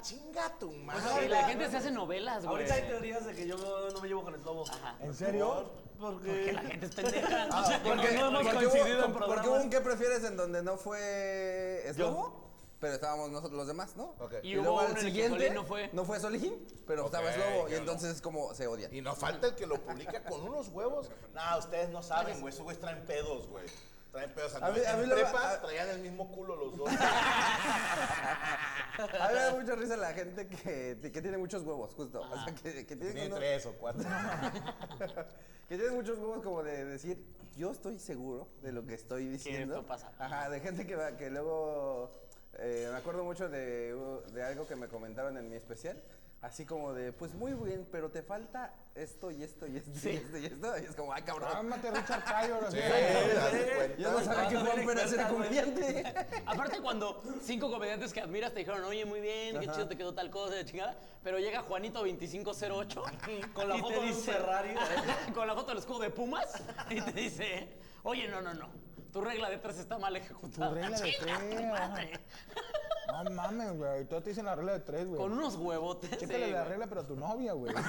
[SPEAKER 2] chinga tu
[SPEAKER 3] Y
[SPEAKER 2] madre.
[SPEAKER 3] la gente se hace novelas, güey.
[SPEAKER 6] Ahorita hay teorías de que yo no, no me llevo con el lobo.
[SPEAKER 1] ¿En serio?
[SPEAKER 3] Que la gente es pendeja. no sé,
[SPEAKER 5] Porque,
[SPEAKER 3] no hemos
[SPEAKER 5] porque
[SPEAKER 3] coincidido
[SPEAKER 5] hubo,
[SPEAKER 3] en
[SPEAKER 5] porque
[SPEAKER 3] programas.
[SPEAKER 5] hubo
[SPEAKER 3] *laughs*
[SPEAKER 5] un qué prefieres en donde no fue Slobo, pero estábamos nosotros los demás, ¿no?
[SPEAKER 2] Ok.
[SPEAKER 3] Y hubo uno en el que Solín no fue.
[SPEAKER 5] No fue Solín, pero estaba Slobo, y entonces es como se odian.
[SPEAKER 2] Y no falta el que lo publica con unos huevos. No, ustedes no saben, güey. Esos güeyes traen pedos, güey. Traen pedos.
[SPEAKER 5] A mí- a
[SPEAKER 2] en
[SPEAKER 5] mí lo-
[SPEAKER 2] prepa
[SPEAKER 5] a-
[SPEAKER 2] traían el mismo culo los dos.
[SPEAKER 5] A mí me da mucha risa la gente que, que tiene muchos huevos, justo. O sea, que, que tienen
[SPEAKER 2] Tiene
[SPEAKER 5] uno-
[SPEAKER 2] tres o
[SPEAKER 5] *laughs*
[SPEAKER 2] cuatro.
[SPEAKER 5] que tienen muchos huevos como de decir, yo estoy seguro de lo que estoy diciendo.
[SPEAKER 3] esto pasa.
[SPEAKER 5] Ajá, de gente que, va- que luego... eh, me acuerdo mucho de, de algo que me comentaron en mi especial. Así como de, pues muy bien, pero te falta esto y esto y esto y esto y esto. Y es como, ay, *laughs* cabrón.
[SPEAKER 1] Ámate Richard Pryor. así.
[SPEAKER 5] Yo no sabía que Juan Pérez era *laughs* comediante. Ah,
[SPEAKER 3] Aparte, cuando cinco comediantes que admiras te dijeron, oye, muy bien, qué chido te quedó tal cosa, de chingada. Pero llega Juanito 2508
[SPEAKER 6] Con la
[SPEAKER 3] y te
[SPEAKER 6] foto de un
[SPEAKER 3] dice-
[SPEAKER 6] Ferrari.
[SPEAKER 3] *laughs* con la foto del escudo de Pumas y te dice, oye, no, no, no. Tu regla de tres está mal ejecutada.
[SPEAKER 1] Tu regla de
[SPEAKER 3] Chinga tu
[SPEAKER 1] tres,
[SPEAKER 3] madre.
[SPEAKER 1] No mames, güey. Todos te dicen la regla de tres, güey.
[SPEAKER 3] Con unos huevotes.
[SPEAKER 1] Chécale
[SPEAKER 3] sí,
[SPEAKER 1] la
[SPEAKER 3] güey.
[SPEAKER 1] regla, pero a tu novia, güey. No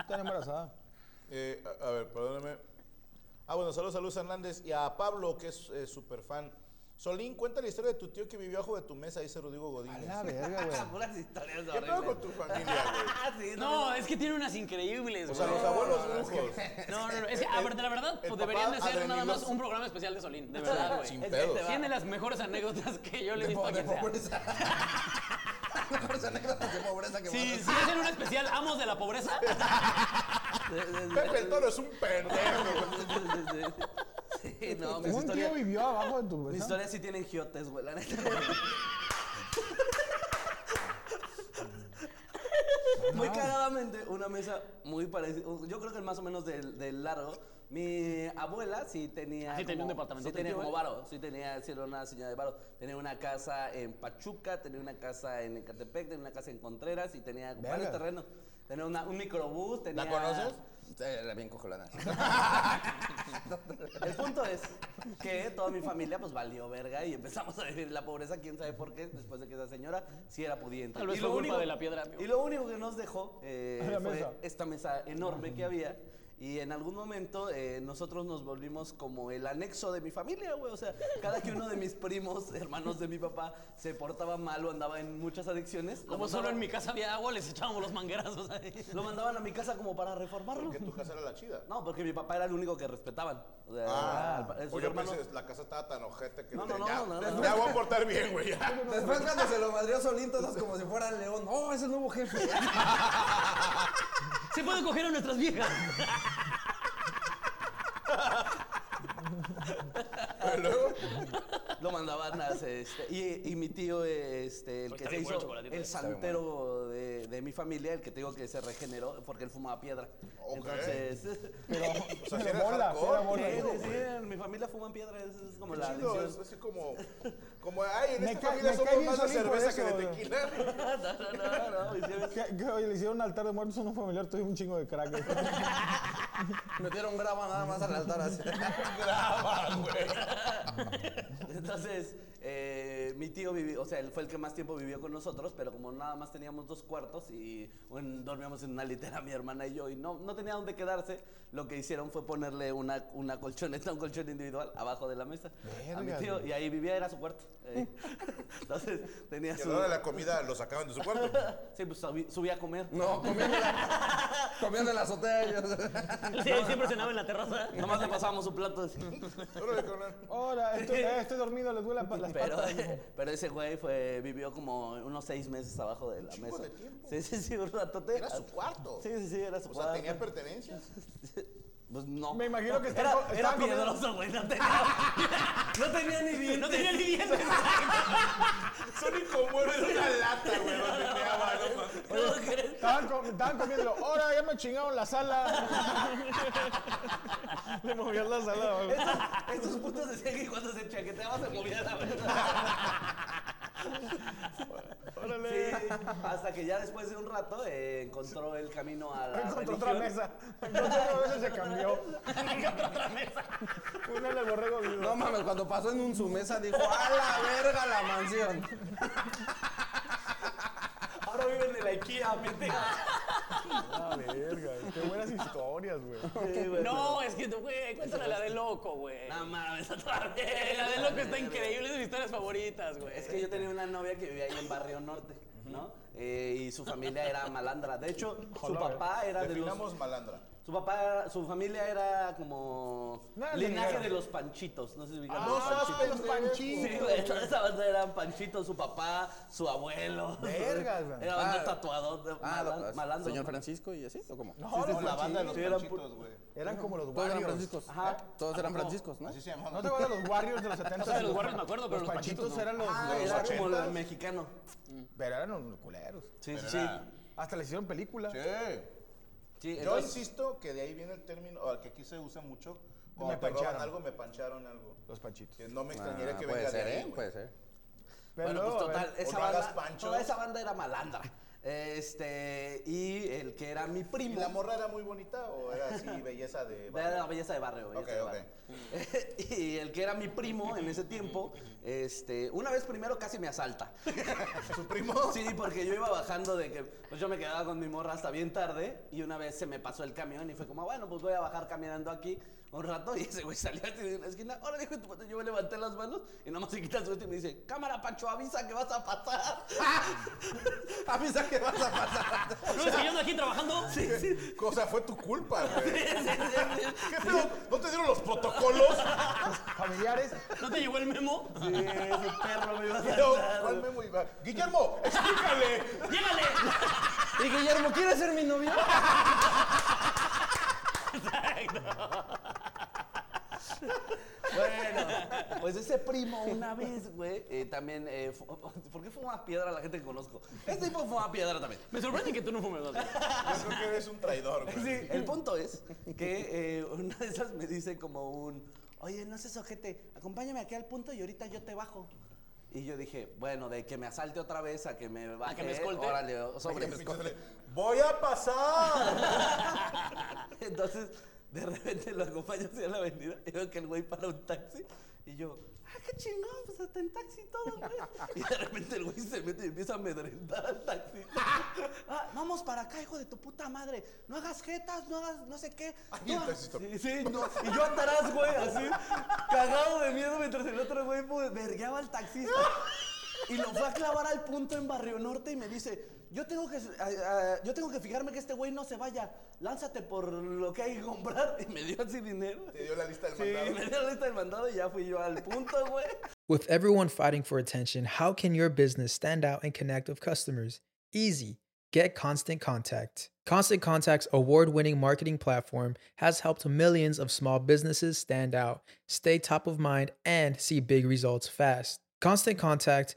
[SPEAKER 1] Está embarazada.
[SPEAKER 2] Eh, a, a ver, perdóname. Ah, bueno, saludos a Luz Hernández y a Pablo, que es súper fan. Solín, cuenta la historia de tu tío que vivió abajo de tu mesa, dice Rodrigo Godínez.
[SPEAKER 1] la verga,
[SPEAKER 5] Ah,
[SPEAKER 1] güey.
[SPEAKER 6] Puras historias
[SPEAKER 2] ¿Qué pedo con
[SPEAKER 6] horribles.
[SPEAKER 2] tu familia, güey?
[SPEAKER 6] Ah, sí,
[SPEAKER 3] No, es que tiene unas increíbles,
[SPEAKER 2] O
[SPEAKER 3] güey.
[SPEAKER 2] sea, los
[SPEAKER 5] *laughs*
[SPEAKER 2] abuelos brujos.
[SPEAKER 3] No, no, no. Es que, a ver, de la verdad,
[SPEAKER 2] el
[SPEAKER 3] pues
[SPEAKER 2] papá
[SPEAKER 3] deberían de ser nada más
[SPEAKER 2] adreniloso.
[SPEAKER 3] un programa especial de Solín. De verdad, güey.
[SPEAKER 2] Sin
[SPEAKER 6] Es que
[SPEAKER 2] pedos.
[SPEAKER 6] te va-
[SPEAKER 3] Tiene las mejores anécdotas que yo le he
[SPEAKER 5] De
[SPEAKER 3] visto a
[SPEAKER 5] po- de
[SPEAKER 3] quien sea.
[SPEAKER 5] pobreza. Mejores anécdotas de pobreza que
[SPEAKER 3] Si,
[SPEAKER 5] vos.
[SPEAKER 3] si hacen un especial Amos de la Pobreza,
[SPEAKER 2] Pepe el Toro es un
[SPEAKER 5] *laughs*
[SPEAKER 2] pendejo.
[SPEAKER 6] Sí, sí, no, mis
[SPEAKER 1] ¿Un tío
[SPEAKER 6] historias,
[SPEAKER 1] vivió abajo de tu
[SPEAKER 6] mis
[SPEAKER 1] mesa?
[SPEAKER 6] historias sí tienen giotes, güey, la neta.
[SPEAKER 3] *laughs*
[SPEAKER 6] Muy cagadamente, una mesa muy parecida. Yo creo que más o menos del, del largo. Mi abuela sí tenía.
[SPEAKER 3] Ah, sí tenía un
[SPEAKER 6] departamento.
[SPEAKER 3] departamentote,
[SPEAKER 6] Sí tenía
[SPEAKER 3] tío,
[SPEAKER 6] como
[SPEAKER 3] güey.
[SPEAKER 6] varo. Sí tenía, sí era una señora de varo. Tenía una casa en Pachuca, tenía una casa en Ecatepec, tenía una casa en Contreras y tenía varios terrenos. Tenía una- un microbús, tenía.
[SPEAKER 2] conoces?
[SPEAKER 5] Eh, La bien cojolana.
[SPEAKER 6] El punto es que toda mi familia pues valió verga y empezamos a vivir en la pobreza, quién sabe por qué, después de que esa señora sí era pudiente.
[SPEAKER 3] Tal vez
[SPEAKER 6] Y
[SPEAKER 3] fue
[SPEAKER 6] lo
[SPEAKER 3] culpa
[SPEAKER 6] único-
[SPEAKER 3] de la piedra, amigo.
[SPEAKER 6] Y lo único que nos dejó eh,
[SPEAKER 1] La
[SPEAKER 6] fue
[SPEAKER 1] mesa.
[SPEAKER 6] esta mesa enorme que había. Y en algún momento eh, nosotros nos volvimos como el anexo de mi familia, güey. O sea, cada que uno de mis primos, hermanos de mi papá, se portaba mal o andaba en muchas adicciones. lo
[SPEAKER 3] como solo
[SPEAKER 6] mandaban-
[SPEAKER 3] en mi casa había agua, les echábamos los manguerazos ahí.
[SPEAKER 6] Lo mandaban a mi casa como para reformarlo.
[SPEAKER 2] Porque tu casa era la chida.
[SPEAKER 6] No, porque mi papá era el único que respetaban. O sea,
[SPEAKER 2] Ah,
[SPEAKER 6] era- sus
[SPEAKER 2] oye,
[SPEAKER 6] hermanos-
[SPEAKER 2] pues, la casa estaba tan ojete que
[SPEAKER 6] No, no, no,
[SPEAKER 2] ya,
[SPEAKER 6] no, no, no, no.
[SPEAKER 2] ya voy a portar bien, güey. ya.
[SPEAKER 5] *laughs* Después cuando se lo madrió solín todos como si fuera león. ¡Oh, es el nuevo jefe!
[SPEAKER 3] Se puede coger a nuestras viejas.
[SPEAKER 6] Lo mandaban a hacer, este, y, y mi tío, eh, este, el
[SPEAKER 3] Pues
[SPEAKER 6] que
[SPEAKER 3] está
[SPEAKER 6] se
[SPEAKER 3] bien bueno el
[SPEAKER 6] hizo
[SPEAKER 3] chocolatito,
[SPEAKER 6] el
[SPEAKER 3] eh.
[SPEAKER 6] santero de, de mi familia, el que te digo que se regeneró porque él fumaba piedra.
[SPEAKER 2] Ok.
[SPEAKER 6] Entonces, *laughs*
[SPEAKER 2] O sea, si
[SPEAKER 1] Pero
[SPEAKER 2] era
[SPEAKER 1] bola,
[SPEAKER 2] hardcore,
[SPEAKER 1] era bola.
[SPEAKER 2] qué
[SPEAKER 6] sí,
[SPEAKER 2] chido,
[SPEAKER 6] sí,
[SPEAKER 2] güey.
[SPEAKER 6] en mi familia fuman piedra, es, es como
[SPEAKER 2] Qué
[SPEAKER 6] la
[SPEAKER 2] chido, es,
[SPEAKER 6] adicción.
[SPEAKER 2] es que como, como, ay, en
[SPEAKER 1] Me
[SPEAKER 2] esta
[SPEAKER 1] cae-
[SPEAKER 2] familia
[SPEAKER 1] me cae
[SPEAKER 2] somos
[SPEAKER 1] bien
[SPEAKER 2] más de
[SPEAKER 1] Solín por
[SPEAKER 2] cerveza
[SPEAKER 1] eso,
[SPEAKER 2] que de
[SPEAKER 1] güey.
[SPEAKER 2] tequila.
[SPEAKER 6] No, no, *laughs* no, no, y sí, ves,
[SPEAKER 1] Que, que, oye, le hicieron altar de muertos a un familiar, tuve un chingo de crack.
[SPEAKER 5] Metieron grava nada más al altar así. *laughs*
[SPEAKER 6] Entonces, eh, mi tío vivió, o sea, él fue el que más tiempo vivió con nosotros, pero como nada más teníamos dos cuartos y bueno, dormíamos en una litera mi hermana y yo, y no, no tenía dónde quedarse, lo que hicieron fue ponerle una, una colchoneta, un colchón individual abajo de la mesa a mi
[SPEAKER 1] Verga,
[SPEAKER 6] tío, y ahí vivía, era su cuarto. eh. *laughs* Entonces, tenía
[SPEAKER 2] Y a
[SPEAKER 6] su...
[SPEAKER 2] la hora de la comida lo sacaban de su cuarto.
[SPEAKER 6] Sí, pues subí- subía a comer.
[SPEAKER 5] No,
[SPEAKER 2] *laughs*
[SPEAKER 5] comiendo, la- comiendo en la azotea. ellos. *laughs*
[SPEAKER 3] Sí, él siempre cenaba en la terraza.
[SPEAKER 2] *laughs*
[SPEAKER 6] Nomás le pasábamos su plato. así.
[SPEAKER 2] Órale, carnal.
[SPEAKER 1] Ahora, estoy, eh, estoy dormido, le duele la, pa- las
[SPEAKER 6] Pero,
[SPEAKER 1] patas.
[SPEAKER 6] *laughs* pero ese güey fue, vivió como unos seis meses abajo de la
[SPEAKER 2] chingo
[SPEAKER 6] mesa.
[SPEAKER 2] de tiempo.
[SPEAKER 6] Sí, sí, sí, un ratote.
[SPEAKER 2] Era su cuarto.
[SPEAKER 6] Sí, sí, sí, era su
[SPEAKER 2] O sea,
[SPEAKER 6] cuarto.
[SPEAKER 2] tenía pertenencias.
[SPEAKER 6] Pues no.
[SPEAKER 1] Me imagino que
[SPEAKER 6] era,
[SPEAKER 1] estaba-
[SPEAKER 6] era
[SPEAKER 1] estaba comiendo-
[SPEAKER 6] piedroso, güey. No tenía, *laughs* no tenía ni dientes.
[SPEAKER 3] No tenía ni
[SPEAKER 6] *laughs*
[SPEAKER 3] dientes.
[SPEAKER 2] Son incomunes una lata, güey. No *laughs* tenía mano, man.
[SPEAKER 6] ¿Cómo crees?
[SPEAKER 1] Estaban, com- estaban comiendo, ahora ya me chingaron la sala. le movían la sala. güey.
[SPEAKER 6] Estos, estos putos decían que cuando se chaqueteaba se movía la Órale. Sí, hasta que ya después de un rato eh, encontró el camino a la
[SPEAKER 1] Encontró
[SPEAKER 6] religión.
[SPEAKER 1] otra mesa. Encontró otra mesa y se cambió. Una en el borrego vivo.
[SPEAKER 5] No mames, cuando pasó en un su mesa dijo, ¡a la verga la mansión!
[SPEAKER 6] Ahora viven en la IKEA, pendejo.
[SPEAKER 1] Ah, verga, qué buenas historias, güey.
[SPEAKER 3] *laughs* No, es que, güey, cuéntale la de loco, güey.
[SPEAKER 6] No mames, otra vez.
[SPEAKER 3] La de loco está increíble, es de mis historias favoritas, güey.
[SPEAKER 6] Es que yo tenía una novia que vivía ahí en Barrio Norte, ¿no? Eh, y su familia era malandra. De hecho, su
[SPEAKER 1] Ojalá,
[SPEAKER 6] papá era de los...
[SPEAKER 2] Definamos malandra.
[SPEAKER 6] Su papá, era- su familia era como...
[SPEAKER 1] Nada Ah, de
[SPEAKER 6] linaje
[SPEAKER 1] dinero.
[SPEAKER 6] de los panchitos, no sé si ubican
[SPEAKER 2] No
[SPEAKER 6] los
[SPEAKER 2] seas
[SPEAKER 6] panchitos.
[SPEAKER 2] pendejo.
[SPEAKER 6] Sí, güey, toda esa banda eran panchitos, su papá, su abuelo.
[SPEAKER 1] Vergas, güey.
[SPEAKER 6] Era banda
[SPEAKER 5] Ah.
[SPEAKER 6] tatuador,
[SPEAKER 5] Ah,
[SPEAKER 6] malan-
[SPEAKER 5] lo-
[SPEAKER 6] malandro.
[SPEAKER 5] ¿Señor Francisco y así? ¿O cómo?
[SPEAKER 1] No,
[SPEAKER 2] Con la banda de los
[SPEAKER 6] Sí, eran
[SPEAKER 2] panchitos, güey.
[SPEAKER 1] Eran como los
[SPEAKER 5] Todos eran
[SPEAKER 1] Warriors.
[SPEAKER 5] Franciscos.
[SPEAKER 6] Ajá.
[SPEAKER 5] ¿eh? Todos eran Franciscos, ¿no?
[SPEAKER 2] Así se llamaban.
[SPEAKER 1] ¿No te acuerdas de los Warriors de los 70?
[SPEAKER 3] O sea, de los Warriors me acuerdo, pero los
[SPEAKER 1] panchitos
[SPEAKER 3] Panchitos no.
[SPEAKER 1] eran los.
[SPEAKER 6] Ah,
[SPEAKER 1] de los
[SPEAKER 6] era
[SPEAKER 1] 80s,
[SPEAKER 6] como el mexicano.
[SPEAKER 1] Pero eran los culeros.
[SPEAKER 6] Sí, sí,
[SPEAKER 2] Pero
[SPEAKER 6] sí.
[SPEAKER 2] era-
[SPEAKER 1] Hasta les hicieron película.
[SPEAKER 2] Sí.
[SPEAKER 6] Sí,
[SPEAKER 2] Yo
[SPEAKER 6] entonces-
[SPEAKER 2] insisto que de ahí viene el término, o el que aquí se usa mucho, cuando
[SPEAKER 1] Me
[SPEAKER 2] te roban
[SPEAKER 1] pancharon.
[SPEAKER 2] algo, me pancharon algo.
[SPEAKER 1] Los panchitos.
[SPEAKER 2] Que no me
[SPEAKER 5] Ah,
[SPEAKER 2] extrañaría que
[SPEAKER 5] puede
[SPEAKER 2] venga
[SPEAKER 5] ser,
[SPEAKER 2] de ahí,
[SPEAKER 5] ¿eh?
[SPEAKER 2] güey.
[SPEAKER 5] Puede ser.
[SPEAKER 1] Pero eh,
[SPEAKER 6] bueno, pues
[SPEAKER 1] a ver,
[SPEAKER 6] total, esa
[SPEAKER 2] no hagas
[SPEAKER 6] banda,
[SPEAKER 2] pancho.
[SPEAKER 6] toda esa banda era malandra. Este, y el que era mi
[SPEAKER 2] ¿Y
[SPEAKER 6] primo,
[SPEAKER 2] la morra era muy bonita o era así *laughs* belleza de...
[SPEAKER 6] era de la belleza de barrio, *laughs* belleza
[SPEAKER 2] Ok,
[SPEAKER 6] de barrio. y el que era mi primo en ese tiempo, este, una vez primero casi me asalta.
[SPEAKER 2] *laughs* ¿Su primo?
[SPEAKER 6] Sí, porque yo iba bajando de que, pues yo me quedaba con mi morra hasta bien tarde y una vez se me pasó el camión y fue como, bueno, pues voy a bajar caminando aquí. un rato *laughs* y ese güey salió así de la esquina. Ahora dijo, tu madre". yo me levanté las manos y nomás se quita el suéter y me dice, cámara, Pancho, avisa que vas
[SPEAKER 2] *laughs*
[SPEAKER 6] a pasar. *laughs* avisa que vas a pasar.
[SPEAKER 2] *laughs*
[SPEAKER 3] No, es que yo ando aquí trabajando.
[SPEAKER 6] Sí, sí.
[SPEAKER 2] O sea, fue tu
[SPEAKER 6] *laughs*
[SPEAKER 2] culpa, güey.
[SPEAKER 6] sí, sí, sí, sí.
[SPEAKER 2] ¿Qué pedo? ¿No te dieron los
[SPEAKER 6] *laughs*
[SPEAKER 2] protocolos?
[SPEAKER 8] ¿Familiares?
[SPEAKER 3] ¿No te llegó el memo?
[SPEAKER 6] Sí, ese perro me iba a
[SPEAKER 2] No,
[SPEAKER 6] saltar.
[SPEAKER 2] ¿cuál memo iba? Guillermo, explícale.
[SPEAKER 3] *laughs* ¡Llégale!
[SPEAKER 6] Y Guillermo, ¿quieres ser mi novio? Bueno, pues ese primo una vez, güey, eh, también, eh, fu- *laughs* ¿por qué fuma piedra la gente que conozco? Este tipo fuma piedra también.
[SPEAKER 3] Me sorprende que tú no fumes. güey.
[SPEAKER 2] Yo creo que eres un traidor, güey.
[SPEAKER 6] Sí, el punto es que eh, una de esas me dice como un, oye, no seas ojete, acompáñame aquí al punto y ahorita yo te bajo. Y yo dije, bueno, de que me asalte otra vez a que me baje.
[SPEAKER 3] que me escolte.
[SPEAKER 6] Órale, o- sobre.
[SPEAKER 2] Voy a pasar.
[SPEAKER 6] *laughs* Entonces, de repente lo acompaño hacia la avenida y veo que el güey para un taxi y yo, ah, qué chingón, pues hasta en taxi y todo, güey. *laughs* Y de repente el güey se mete y empieza a amedrentar al taxi. *laughs* Ah, vamos para acá, hijo de tu puta madre. No hagas jetas, no hagas no sé qué.
[SPEAKER 2] y el
[SPEAKER 6] No ha-
[SPEAKER 2] taxista.
[SPEAKER 6] Sí, sí, no. Y yo atrás, güey, así, cagado de miedo mientras el otro güey pues, vergueaba
[SPEAKER 2] *laughs*
[SPEAKER 6] al taxista. Y lo fue a clavar al punto en Barrio Norte y me dice, yo tengo que, a- a- yo tengo que fijarme que este güey no se vaya, lánzate por lo que hay que comprar. Y me dio así dinero.
[SPEAKER 2] Te dio la lista del
[SPEAKER 6] Sí,
[SPEAKER 2] mandado.
[SPEAKER 6] me dio la lista del mandado y ya fui yo al punto, güey.
[SPEAKER 5] With everyone fighting for attention, how can your business stand out and connect with customers? Easy. Get Constant Contact. Constant Contact's award winning marketing platform has helped millions of small businesses stand out, stay top of mind, and see big results fast. Constant Contact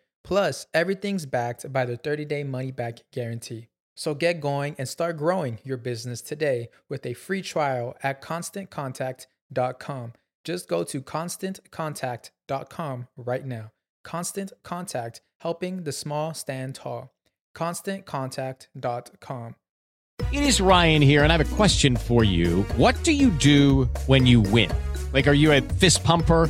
[SPEAKER 5] Plus, everything's backed by their 30 day money back guarantee. So get going and start growing your business today with a free trial at constantcontact.com. Just go to constantcontact.com right now. Constant Contact, helping the small stand tall. ConstantContact.com.
[SPEAKER 1] It is Ryan here, and I have a question for you. What do you do when you win? Like, are you a fist pumper?